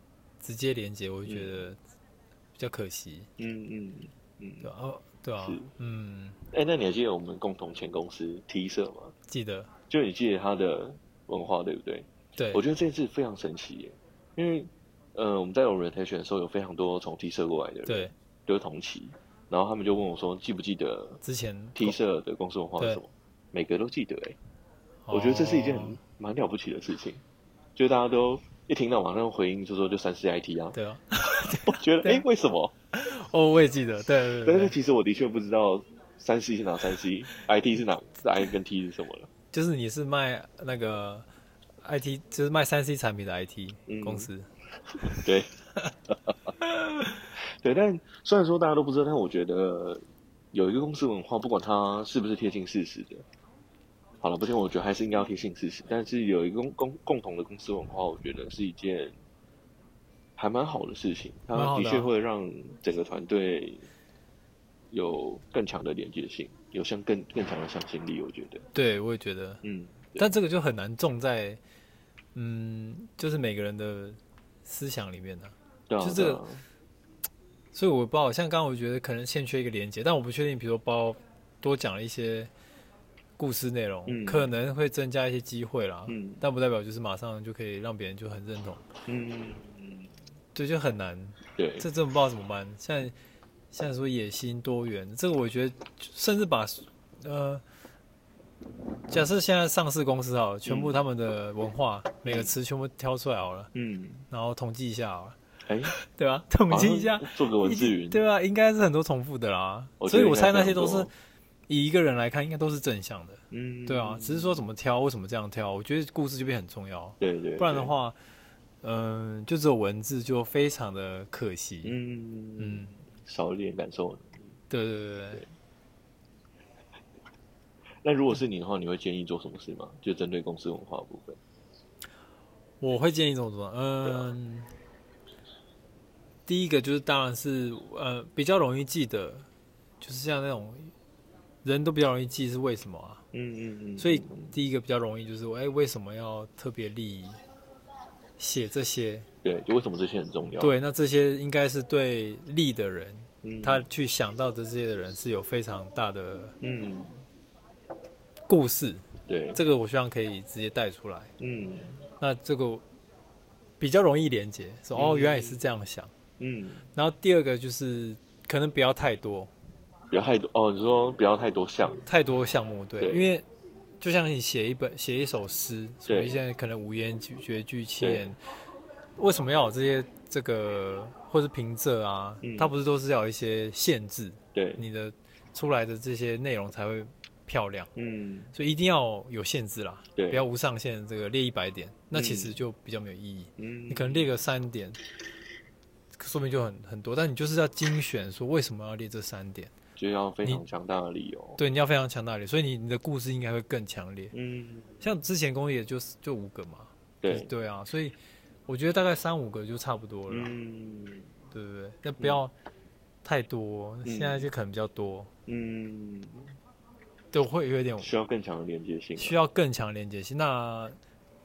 [SPEAKER 2] 直接连接，我就觉得比较可惜，
[SPEAKER 1] 嗯嗯嗯
[SPEAKER 2] 对。吧、哦，对啊
[SPEAKER 1] 是，
[SPEAKER 2] 嗯，
[SPEAKER 1] 哎，那你还记得我们共同前公司 T 社吗？
[SPEAKER 2] 记得，
[SPEAKER 1] 就你记得他的文化对不对？
[SPEAKER 2] 对
[SPEAKER 1] 我，觉得这件事非常神奇耶，因为呃我们在 orientation 的时候有非常多从 T 社过来的人，，
[SPEAKER 2] 对，
[SPEAKER 1] 都是同期，然后他们就问我说记不记得
[SPEAKER 2] 之前
[SPEAKER 1] T 社的公司文化是
[SPEAKER 2] 对
[SPEAKER 1] 什么？每个都记得哎。我觉得这是一件
[SPEAKER 2] 哦
[SPEAKER 1] 很蛮了不起的事情，就大家都一听到马上回应就说就三 C I T 啊，
[SPEAKER 2] 对啊，
[SPEAKER 1] 我觉 得哎、诶为什么？
[SPEAKER 2] 哦，我也记得，啊对对
[SPEAKER 1] 但
[SPEAKER 2] 对
[SPEAKER 1] 是
[SPEAKER 2] 对，
[SPEAKER 1] 其实我的确不知道三 C 是哪三 C，I T 是哪 I 跟 T 是什么了。
[SPEAKER 2] 就是你是卖那个 IT，就是卖三 C 产品的 IT
[SPEAKER 1] 嗯
[SPEAKER 2] 公司，
[SPEAKER 1] 对， 对，但虽然说大家都不知道，但我觉得有一个公司文化，不管它是不是贴近事实的，好了，不行，我觉得还是应该要贴近事实。但是有一个共共共同的公司文化，我觉得是一件还蛮好的事情，它
[SPEAKER 2] 蛮好
[SPEAKER 1] 的
[SPEAKER 2] 的啊
[SPEAKER 1] 确会让整个团队有更强的连接性，有像更更强的向心力。我觉得，
[SPEAKER 2] 对我也觉得，
[SPEAKER 1] 嗯，对
[SPEAKER 2] 但这个就很难种在，嗯，就是每个人的思想里面的、
[SPEAKER 1] 对啊
[SPEAKER 2] 就这个
[SPEAKER 1] 对啊
[SPEAKER 2] 所以我不知道，像刚刚我觉得可能欠缺一个连接，但我不确定，比如说包多讲了一些故事内容，
[SPEAKER 1] 嗯
[SPEAKER 2] 可能会增加一些机会啦，
[SPEAKER 1] 嗯
[SPEAKER 2] 但不代表就是马上就可以让别人就很认同，
[SPEAKER 1] 嗯嗯，
[SPEAKER 2] 对，就很难，
[SPEAKER 1] 对，
[SPEAKER 2] 这真的不知道怎么办。像像说野心多元，这个我觉得甚至把呃，假设现在上市公司好了，全部他们的文化、每个词全部挑出来好了，
[SPEAKER 1] 嗯，
[SPEAKER 2] 然后统计一下好了，
[SPEAKER 1] 哎，
[SPEAKER 2] 对吧？统计一下，
[SPEAKER 1] 好像做个啊文字云，
[SPEAKER 2] 对啊，应该是很多重复的啦，
[SPEAKER 1] 我觉
[SPEAKER 2] 所
[SPEAKER 1] 得
[SPEAKER 2] 以
[SPEAKER 1] 应
[SPEAKER 2] 我
[SPEAKER 1] 该
[SPEAKER 2] 猜那些
[SPEAKER 1] 非常
[SPEAKER 2] 都是
[SPEAKER 1] 多
[SPEAKER 2] 以一个人来看，应该都是正向的，
[SPEAKER 1] 哦嗯，
[SPEAKER 2] 对啊，只是说怎么挑，为什么这样挑，我觉得故事就变很重要，
[SPEAKER 1] 对对，对
[SPEAKER 2] 不然的，话，嗯、就只有文字就非常的可惜，
[SPEAKER 1] 嗯
[SPEAKER 2] 嗯
[SPEAKER 1] 嗯，，少一点感受。
[SPEAKER 2] 对对对对对，
[SPEAKER 1] 那如果是你的话，你会建议做什么事吗？就针对公司文化的部分，
[SPEAKER 2] 我会建议怎么做，
[SPEAKER 1] 啊
[SPEAKER 2] 嗯、第一个就是当然是呃比较容易记得，就是像那种人都比较容易记是为什么啊？
[SPEAKER 1] 嗯嗯嗯，
[SPEAKER 2] 所以第一个比较容易就是我哎、为什么要特别立写这些？
[SPEAKER 1] 对，就为什么这些很重要？，
[SPEAKER 2] 对，那这些应该是对立的人，
[SPEAKER 1] 嗯、
[SPEAKER 2] 他去想到的这些的人是有非常大的
[SPEAKER 1] 嗯，
[SPEAKER 2] 故事，
[SPEAKER 1] 对，
[SPEAKER 2] 这个我希望可以直接带出来。
[SPEAKER 1] 嗯
[SPEAKER 2] 那这个比较容易连接，说哦
[SPEAKER 1] 嗯
[SPEAKER 2] 原来也是这样想。
[SPEAKER 1] 嗯，
[SPEAKER 2] 然后第二个就是可能不要太多，
[SPEAKER 1] 不要太多哦，你说不要太多项，
[SPEAKER 2] 太多项目，对，
[SPEAKER 1] 对
[SPEAKER 2] 因为就像你写一本写一首诗，所以
[SPEAKER 1] 对
[SPEAKER 2] 现在可能五言绝句
[SPEAKER 1] 对
[SPEAKER 2] 签，为什么要有这些这个或是平仄啊？
[SPEAKER 1] 嗯
[SPEAKER 2] 它不是都是要有一些限制，
[SPEAKER 1] 对，
[SPEAKER 2] 你的出来的这些内容才会漂亮，
[SPEAKER 1] 嗯
[SPEAKER 2] 所以一定要有限制啦，
[SPEAKER 1] 对
[SPEAKER 2] 不要无上限，这个列一百点，那
[SPEAKER 1] 嗯
[SPEAKER 2] 其实就比较没有意义。
[SPEAKER 1] 嗯，
[SPEAKER 2] 你可能列个三点，说明就很很多，但你就是要精选，说为什么要列这三点。
[SPEAKER 1] 就要非常强大的理由，
[SPEAKER 2] 对，你要非常强大力，所以你你的故事应该会更强烈。
[SPEAKER 1] 嗯，
[SPEAKER 2] 像之前公益也就是就五个嘛，就是
[SPEAKER 1] 对，
[SPEAKER 2] 对啊，所以我觉得大概三五个就差不多了啦，
[SPEAKER 1] 嗯
[SPEAKER 2] 对不对？那不要太多，现在就可能比较多，
[SPEAKER 1] 嗯，
[SPEAKER 2] 都会有一点
[SPEAKER 1] 需要更强的连接性啊，
[SPEAKER 2] 嗯需要更强连接性。那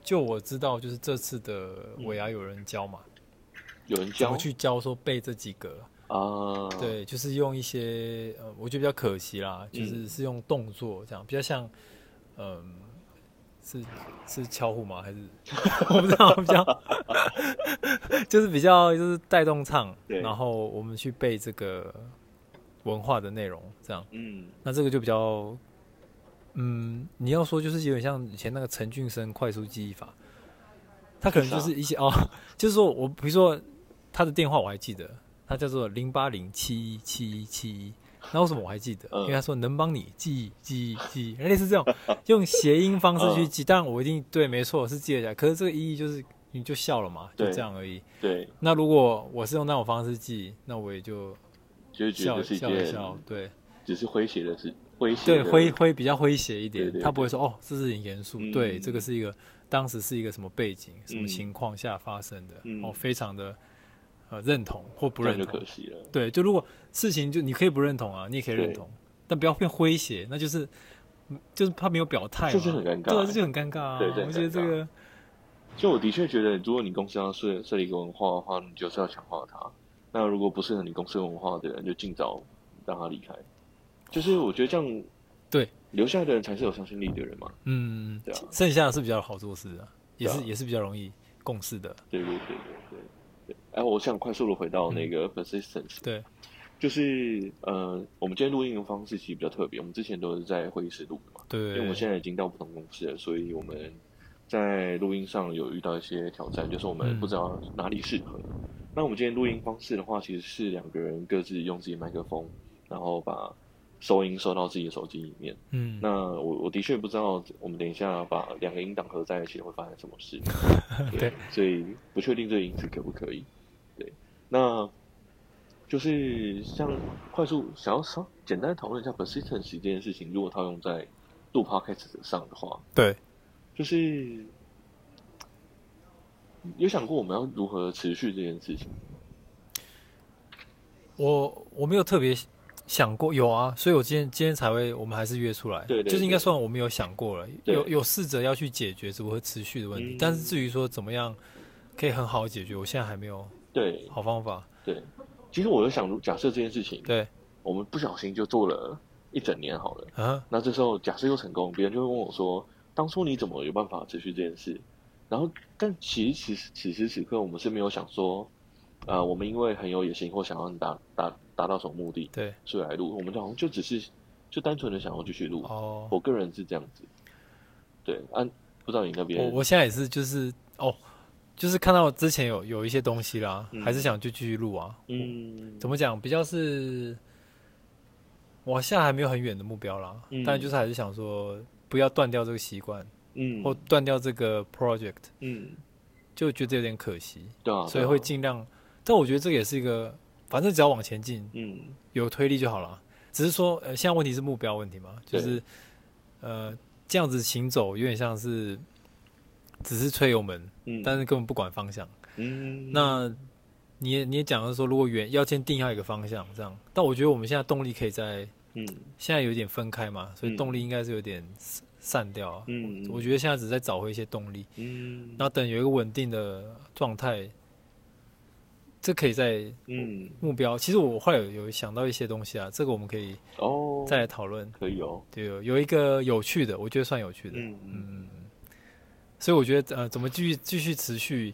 [SPEAKER 2] 就我知道，就是这次的尾牙有人教嘛，
[SPEAKER 1] 有人
[SPEAKER 2] 怎
[SPEAKER 1] 教
[SPEAKER 2] 么去教说背这几个，
[SPEAKER 1] 啊，，
[SPEAKER 2] 对，就是用一些呃，我觉得比较可惜啦，就是是用动作这样，比较像，嗯、是是敲虎吗？还是我不知道， 比较就是比较就是带动唱，
[SPEAKER 1] 对
[SPEAKER 2] 然后我们去背这个文化的内容，这样，
[SPEAKER 1] 嗯
[SPEAKER 2] 那这个就比较，嗯，你要说就是有点像以前那个陈俊生快速记忆法，他可能就是
[SPEAKER 1] 啊
[SPEAKER 2] 一些哦， 就是说我比如说他的电话我还记得，他叫做零八零七一七一七一，那为什么我还记得？
[SPEAKER 1] 嗯
[SPEAKER 2] 因为他说能帮你记记记，类似 这种用谐音方式去记，
[SPEAKER 1] 嗯
[SPEAKER 2] 当然我一定对没错是记得起来，可是这个意义就是你就笑了嘛，就
[SPEAKER 1] 对
[SPEAKER 2] 这样而已。
[SPEAKER 1] 对，
[SPEAKER 2] 那如果我是用那种方式记，那我也就
[SPEAKER 1] 就是觉
[SPEAKER 2] 笑
[SPEAKER 1] 得是一
[SPEAKER 2] 笑一
[SPEAKER 1] 件
[SPEAKER 2] 笑，对。
[SPEAKER 1] 只是诙谐的事，诙谐
[SPEAKER 2] 对，
[SPEAKER 1] 的
[SPEAKER 2] 诙诙比较诙谐一点，
[SPEAKER 1] 对对
[SPEAKER 2] 他不会说哦，这是很严肃，
[SPEAKER 1] 嗯
[SPEAKER 2] 对，这个是一个当时是一个什么背景、什么
[SPEAKER 1] 嗯
[SPEAKER 2] 情况下发生的，
[SPEAKER 1] 嗯
[SPEAKER 2] 哦，非常的呃认同或不
[SPEAKER 1] 这样
[SPEAKER 2] 认
[SPEAKER 1] 就
[SPEAKER 2] 同
[SPEAKER 1] 可，惜了，
[SPEAKER 2] 对，就如果事情就你可以不认同啊，你也可以认同，但不要变诙谐，那就是嗯就是他没有表态嘛，
[SPEAKER 1] 这就很尴尬
[SPEAKER 2] 对啊，
[SPEAKER 1] 欸
[SPEAKER 2] 这就很尴尬啊，
[SPEAKER 1] 对这很
[SPEAKER 2] 我觉得
[SPEAKER 1] 尴尬
[SPEAKER 2] 这个
[SPEAKER 1] 就我的确觉得，如果你公司要设设立一个文化的话，你就是要强化它。那如果不适合你公司文化的人，就尽早让他离开。就是我觉得这样，
[SPEAKER 2] 对
[SPEAKER 1] 留下来的人才是有相信力的人嘛。
[SPEAKER 2] 嗯
[SPEAKER 1] 对啊，
[SPEAKER 2] 剩下的是比较好做事的，也是
[SPEAKER 1] 对啊
[SPEAKER 2] 也是比较容易共事的，
[SPEAKER 1] 对对对对对对。哎，我想快速的回到那个 persistence，、
[SPEAKER 2] 嗯对，
[SPEAKER 1] 就是呃，我们今天录音的方式其实比较特别，我们之前都是在会议室录的嘛，
[SPEAKER 2] 对
[SPEAKER 1] 因
[SPEAKER 2] 对
[SPEAKER 1] 为我
[SPEAKER 2] 对
[SPEAKER 1] 们现在已经到不同公司了，所以我们在录音上有遇到一些挑战，就是我们
[SPEAKER 2] 嗯
[SPEAKER 1] 不知道哪里适合。那我们今天录音方式的话，其实是两个人各自用自己麦克风，然后把收音收到自己的手机里面。
[SPEAKER 2] 嗯，
[SPEAKER 1] 那我我的确不知道，我们等一下把两个音档合在一起会发生什么 事。
[SPEAKER 2] 对，
[SPEAKER 1] 所以不确定这个音质可不可以。对，那就是像快速想要稍简单地讨论一下 persistence 这件事情，如果套用在录 podcast 上的话，
[SPEAKER 2] 对，
[SPEAKER 1] 就是有想过我们要如何持续这件事情？
[SPEAKER 2] 我我没有特别想过，有啊，所以我今天今天才会，我们还是约出来，
[SPEAKER 1] 对对
[SPEAKER 2] 就是应该
[SPEAKER 1] 对
[SPEAKER 2] 算我们有想过了，
[SPEAKER 1] 对
[SPEAKER 2] 有有试着要去解决如何持续的问题，
[SPEAKER 1] 嗯
[SPEAKER 2] 但是至于说怎么样可以很好地解决，我现在还没有
[SPEAKER 1] 对
[SPEAKER 2] 好方法。
[SPEAKER 1] 对，其实我就想，如假设这件事情，
[SPEAKER 2] 对
[SPEAKER 1] 我们不小心就做了一整年好了，
[SPEAKER 2] 啊，
[SPEAKER 1] 那这时候假设又成功，别人就会问我说，当初你怎么有办法持续这件事？然后，但其实此时此时此刻，我们是没有想说，呃，我们因为很有野心或想要达达达到什么目的，
[SPEAKER 2] 对，
[SPEAKER 1] 所以来录，我们好像就只是就单纯的想要继续录。
[SPEAKER 2] 哦，
[SPEAKER 1] 我个人是这样子，对，啊，不知道你那边
[SPEAKER 2] 我我现在也是，就是哦，就是看到之前有有一些东西啦，
[SPEAKER 1] 嗯
[SPEAKER 2] 还是想就继续录啊。
[SPEAKER 1] 嗯，
[SPEAKER 2] 怎么讲？比较是，我现在还没有很远的目标啦，
[SPEAKER 1] 嗯
[SPEAKER 2] 但就是还是想说不要断掉这个习惯，
[SPEAKER 1] 嗯
[SPEAKER 2] 或断掉这个 project，
[SPEAKER 1] 嗯，
[SPEAKER 2] 就觉得有点可惜，
[SPEAKER 1] 对啊，
[SPEAKER 2] 所
[SPEAKER 1] 对
[SPEAKER 2] 以
[SPEAKER 1] 啊
[SPEAKER 2] 会尽量。但我觉得这个也是一个，反正只要往前进，
[SPEAKER 1] 嗯
[SPEAKER 2] 有推力就好了。只是说，呃，现在问题是目标问题嘛，就
[SPEAKER 1] 对
[SPEAKER 2] 是呃这样子行走有点像是只是吹油门，
[SPEAKER 1] 嗯，
[SPEAKER 2] 但是根本不管方向。
[SPEAKER 1] 嗯
[SPEAKER 2] 那你也你也讲的说，如果远要先定下一个方向，这样。但我觉得我们现在动力可以在
[SPEAKER 1] 嗯
[SPEAKER 2] 现在有点分开嘛，所以
[SPEAKER 1] 嗯
[SPEAKER 2] 动力应该是有点散散掉啊。
[SPEAKER 1] 嗯，
[SPEAKER 2] 我觉得现在只是在找回一些动力，
[SPEAKER 1] 嗯
[SPEAKER 2] 那等有一个稳定的状态，这可以在
[SPEAKER 1] 嗯
[SPEAKER 2] 目标。其实我后来有有想到一些东西啊，这个我们可以
[SPEAKER 1] 哦，
[SPEAKER 2] 再来讨论。
[SPEAKER 1] 可以哦，
[SPEAKER 2] 对，有有一个有趣的，我觉得算有趣的。
[SPEAKER 1] 嗯嗯
[SPEAKER 2] 嗯，所以我觉得呃，怎么继续继续持续？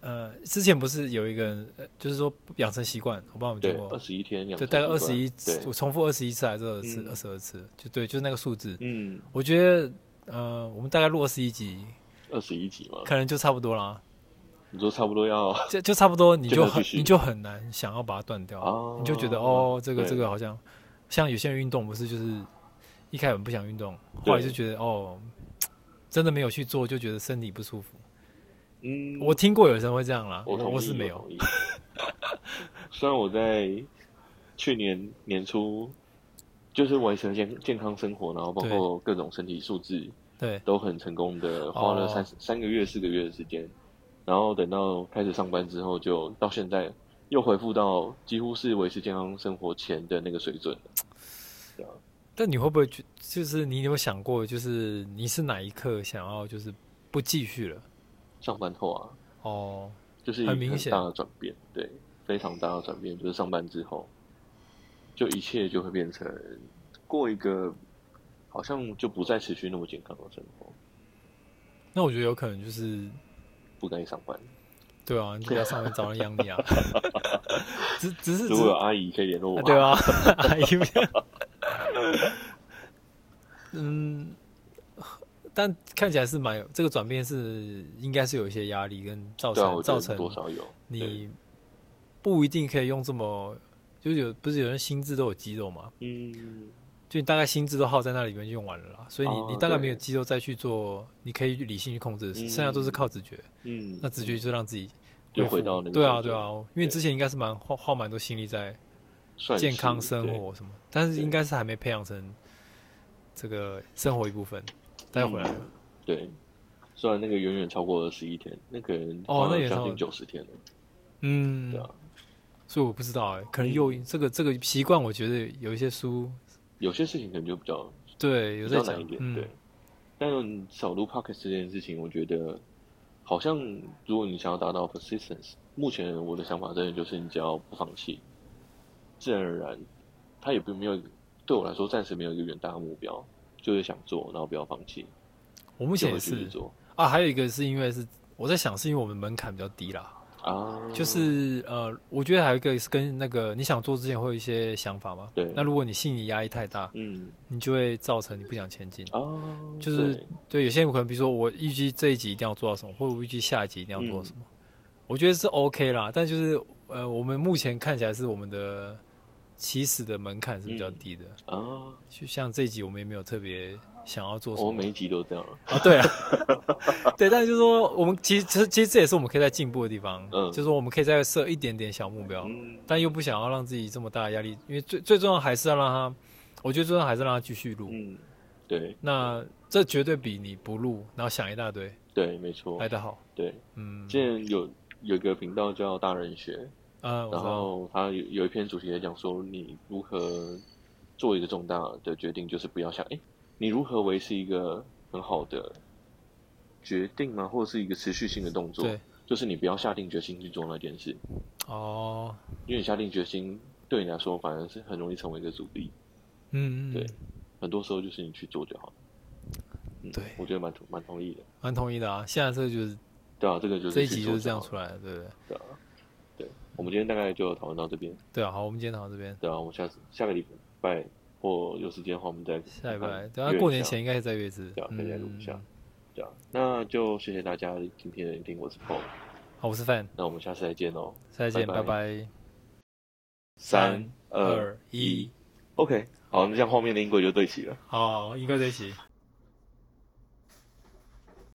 [SPEAKER 2] 呃，之前不是有一个人，呃就是说养成习惯，我不知道我们
[SPEAKER 1] 对
[SPEAKER 2] 见，过
[SPEAKER 1] 二，十一天养
[SPEAKER 2] 就
[SPEAKER 1] 成
[SPEAKER 2] 大概二
[SPEAKER 1] 习
[SPEAKER 2] 十
[SPEAKER 1] 惯
[SPEAKER 2] 一，
[SPEAKER 1] 对
[SPEAKER 2] 我，重复二十一次还是二次、二
[SPEAKER 1] 嗯
[SPEAKER 2] 十二次，就对，就是那个数字。
[SPEAKER 1] 嗯，
[SPEAKER 2] 我觉得呃，我们大概录二十一集，
[SPEAKER 1] 二十一集嘛，
[SPEAKER 2] 可能就差不多啦，
[SPEAKER 1] 你说差不多要
[SPEAKER 2] 就就差不多，你
[SPEAKER 1] 就
[SPEAKER 2] 就
[SPEAKER 1] 没有
[SPEAKER 2] 很
[SPEAKER 1] 继续
[SPEAKER 2] 你就很难想要把它断掉，
[SPEAKER 1] 啊，
[SPEAKER 2] 你就觉得哦，这个
[SPEAKER 1] 对
[SPEAKER 2] 这个好像像有些人运动不是就是一开始很不想运动，后来
[SPEAKER 1] 对
[SPEAKER 2] 就觉得哦，真的没有去做，就觉得身体不舒服。
[SPEAKER 1] 嗯，
[SPEAKER 2] 我听过有人会这样啦，我
[SPEAKER 1] 我同意
[SPEAKER 2] 是没
[SPEAKER 1] 我
[SPEAKER 2] 有。
[SPEAKER 1] 同意虽然我在去年年初就是维持健健康生活，然后包
[SPEAKER 2] 对
[SPEAKER 1] 括各种身体素质
[SPEAKER 2] 对，
[SPEAKER 1] 都很成功的，花了
[SPEAKER 2] 哦
[SPEAKER 1] 三、三个月、四个月的时间，然后等到开始上班之后，就到现在又恢复到几乎是维持健康生活前的那个水准了。
[SPEAKER 2] 但你会不会觉，就是你有想过，就是你是哪一刻想要就是不继续了？
[SPEAKER 1] 上班后啊，
[SPEAKER 2] 哦，
[SPEAKER 1] 就是
[SPEAKER 2] 很明显
[SPEAKER 1] 大的转变，对，非常大的转变，就是上班之后，就一切就会变成过一个好像就不再持续那么健康的生活，
[SPEAKER 2] 那我觉得有可能就是
[SPEAKER 1] 不该上班。
[SPEAKER 2] 对啊，你就要上班找人养你啊。 只只是只
[SPEAKER 1] 如
[SPEAKER 2] 是
[SPEAKER 1] 果有阿姨可以联络我、
[SPEAKER 2] 啊对？ 吧？阿姨 不要，嗯，但看起来是蛮有这个转变是应该是有一些压力跟造
[SPEAKER 1] 对啊，
[SPEAKER 2] 成
[SPEAKER 1] 我觉
[SPEAKER 2] 造
[SPEAKER 1] 得
[SPEAKER 2] 成
[SPEAKER 1] 多少有对
[SPEAKER 2] 你不一定可以用这么就是有不是有人心智都有肌肉嘛？
[SPEAKER 1] 嗯，
[SPEAKER 2] 就你大概心智都耗在那里面用完了啦，所以你、
[SPEAKER 1] 哦
[SPEAKER 2] 你大概没有
[SPEAKER 1] 对
[SPEAKER 2] 肌肉再去做，你可以理性去控制的事，
[SPEAKER 1] 嗯
[SPEAKER 2] 剩下都是靠直觉。
[SPEAKER 1] 嗯，
[SPEAKER 2] 那直觉就让自己
[SPEAKER 1] 就
[SPEAKER 2] 复
[SPEAKER 1] 回到那个
[SPEAKER 2] 对啊
[SPEAKER 1] 水
[SPEAKER 2] 对
[SPEAKER 1] 准
[SPEAKER 2] 啊，因为
[SPEAKER 1] 对
[SPEAKER 2] 之前应该是蛮花花蛮多心力在
[SPEAKER 1] 算是
[SPEAKER 2] 健康生
[SPEAKER 1] 对
[SPEAKER 2] 活什么，但是
[SPEAKER 1] 对
[SPEAKER 2] 应该是还没培养成这个生活一部分。待会
[SPEAKER 1] 嗯
[SPEAKER 2] 儿来了，
[SPEAKER 1] 对。虽然那个远远超过了十一天，那个人
[SPEAKER 2] 哦
[SPEAKER 1] 花了
[SPEAKER 2] 那也
[SPEAKER 1] 将
[SPEAKER 2] 超
[SPEAKER 1] 近九十天了，
[SPEAKER 2] 嗯
[SPEAKER 1] 对，啊，嗯
[SPEAKER 2] 所以我不知道哎、可能又这个这个习惯，我觉得有一些书
[SPEAKER 1] 有些事情可能就比较
[SPEAKER 2] 对有
[SPEAKER 1] 比
[SPEAKER 2] 在
[SPEAKER 1] 较
[SPEAKER 2] 讲
[SPEAKER 1] 难一点，，
[SPEAKER 2] 嗯
[SPEAKER 1] 对，。但少录 podcast 这件事情，我觉得好像如果你想要达到 persistence，目前我的想法真的就是你只要不放弃，自然而然，它也并没有对我来说暂时没有一个远大的目标，就是想做，然后不要放弃，
[SPEAKER 2] 我目
[SPEAKER 1] 就
[SPEAKER 2] 前
[SPEAKER 1] 会
[SPEAKER 2] 也
[SPEAKER 1] 继续
[SPEAKER 2] 是
[SPEAKER 1] 做
[SPEAKER 2] 啊，还有一个是因为是我在想，是因为我们门槛比较低啦，
[SPEAKER 1] 啊，
[SPEAKER 2] 就是呃，我觉得还有一个是跟那个你想做之前会有一些想法嘛，
[SPEAKER 1] 对
[SPEAKER 2] 那如果你心理压力太大，
[SPEAKER 1] 嗯
[SPEAKER 2] 你就会造成你不想前进。
[SPEAKER 1] 啊，
[SPEAKER 2] 就是
[SPEAKER 1] 对
[SPEAKER 2] 对，有些人可能比如说我预计这一集一定要做到什么，或者我预计下一集一定要做到
[SPEAKER 1] 嗯
[SPEAKER 2] 什么，我觉得是 OK 啦。但就是呃，我们目前看起来是我们的起始的门槛是比较
[SPEAKER 1] 嗯
[SPEAKER 2] 低的，
[SPEAKER 1] 啊，
[SPEAKER 2] 就像这一集我们也没有特别想要做什
[SPEAKER 1] 我
[SPEAKER 2] 么
[SPEAKER 1] 每一集都这样，
[SPEAKER 2] 啊，对啊， 对，但就是说我们其实其实其实这也是我们可以在进步的地方，
[SPEAKER 1] 嗯
[SPEAKER 2] 就是说我们可以再设一点点小目标，
[SPEAKER 1] 嗯
[SPEAKER 2] 但又不想要让自己这么大的压力，因为最最重要还是要让他，我觉得最重要还是让他继续录。
[SPEAKER 1] 嗯，对
[SPEAKER 2] 那这绝对比你不录，然后想一大堆
[SPEAKER 1] 对，没错
[SPEAKER 2] 来，得好。
[SPEAKER 1] 对，
[SPEAKER 2] 哎嗯，
[SPEAKER 1] 之前有有一个频道叫大人学，
[SPEAKER 2] 啊，我
[SPEAKER 1] 然
[SPEAKER 2] 知道，
[SPEAKER 1] 后他有有一篇主题在讲说，你如何做一个重大的决定，就是不要想，哎，你如何维持一个很好的决定吗？或者是一个持续性的动作
[SPEAKER 2] 对，
[SPEAKER 1] 就是你不要下定决心去做那件事，
[SPEAKER 2] 哦，
[SPEAKER 1] 因为你下定决心对你来说反而是很容易成为一个阻力。
[SPEAKER 2] 嗯，嗯
[SPEAKER 1] 对，很多时候就是你去做就好了。嗯，
[SPEAKER 2] 对
[SPEAKER 1] 我觉得蛮同蛮同意的。
[SPEAKER 2] 蛮同意的啊。现在这个就是
[SPEAKER 1] 对啊，这个就是
[SPEAKER 2] 这一集
[SPEAKER 1] 去
[SPEAKER 2] 就
[SPEAKER 1] 做
[SPEAKER 2] 是这样
[SPEAKER 1] 好了
[SPEAKER 2] 出来的，对不对？
[SPEAKER 1] 对啊，对，我们今天大概就讨论到这边。
[SPEAKER 2] 对啊，好，我们今天到这边，
[SPEAKER 1] 对啊，我们下次下个礼拜或有时间的话，我们再
[SPEAKER 2] 下礼拜，
[SPEAKER 1] 对
[SPEAKER 2] 等啊下过年前应该是在月子
[SPEAKER 1] 对啊，，再
[SPEAKER 2] 嗯
[SPEAKER 1] 来录一下。对啊，那就谢谢大家今天的聆听，我是 Paul，
[SPEAKER 2] 好，我是范，
[SPEAKER 1] 那我们下次再见喽，
[SPEAKER 2] 再见，
[SPEAKER 1] 拜拜
[SPEAKER 2] 拜。
[SPEAKER 1] 三
[SPEAKER 2] 二一，
[SPEAKER 1] ，OK，好，那这样后面的音轨就对齐了。
[SPEAKER 2] 好，应该在一起。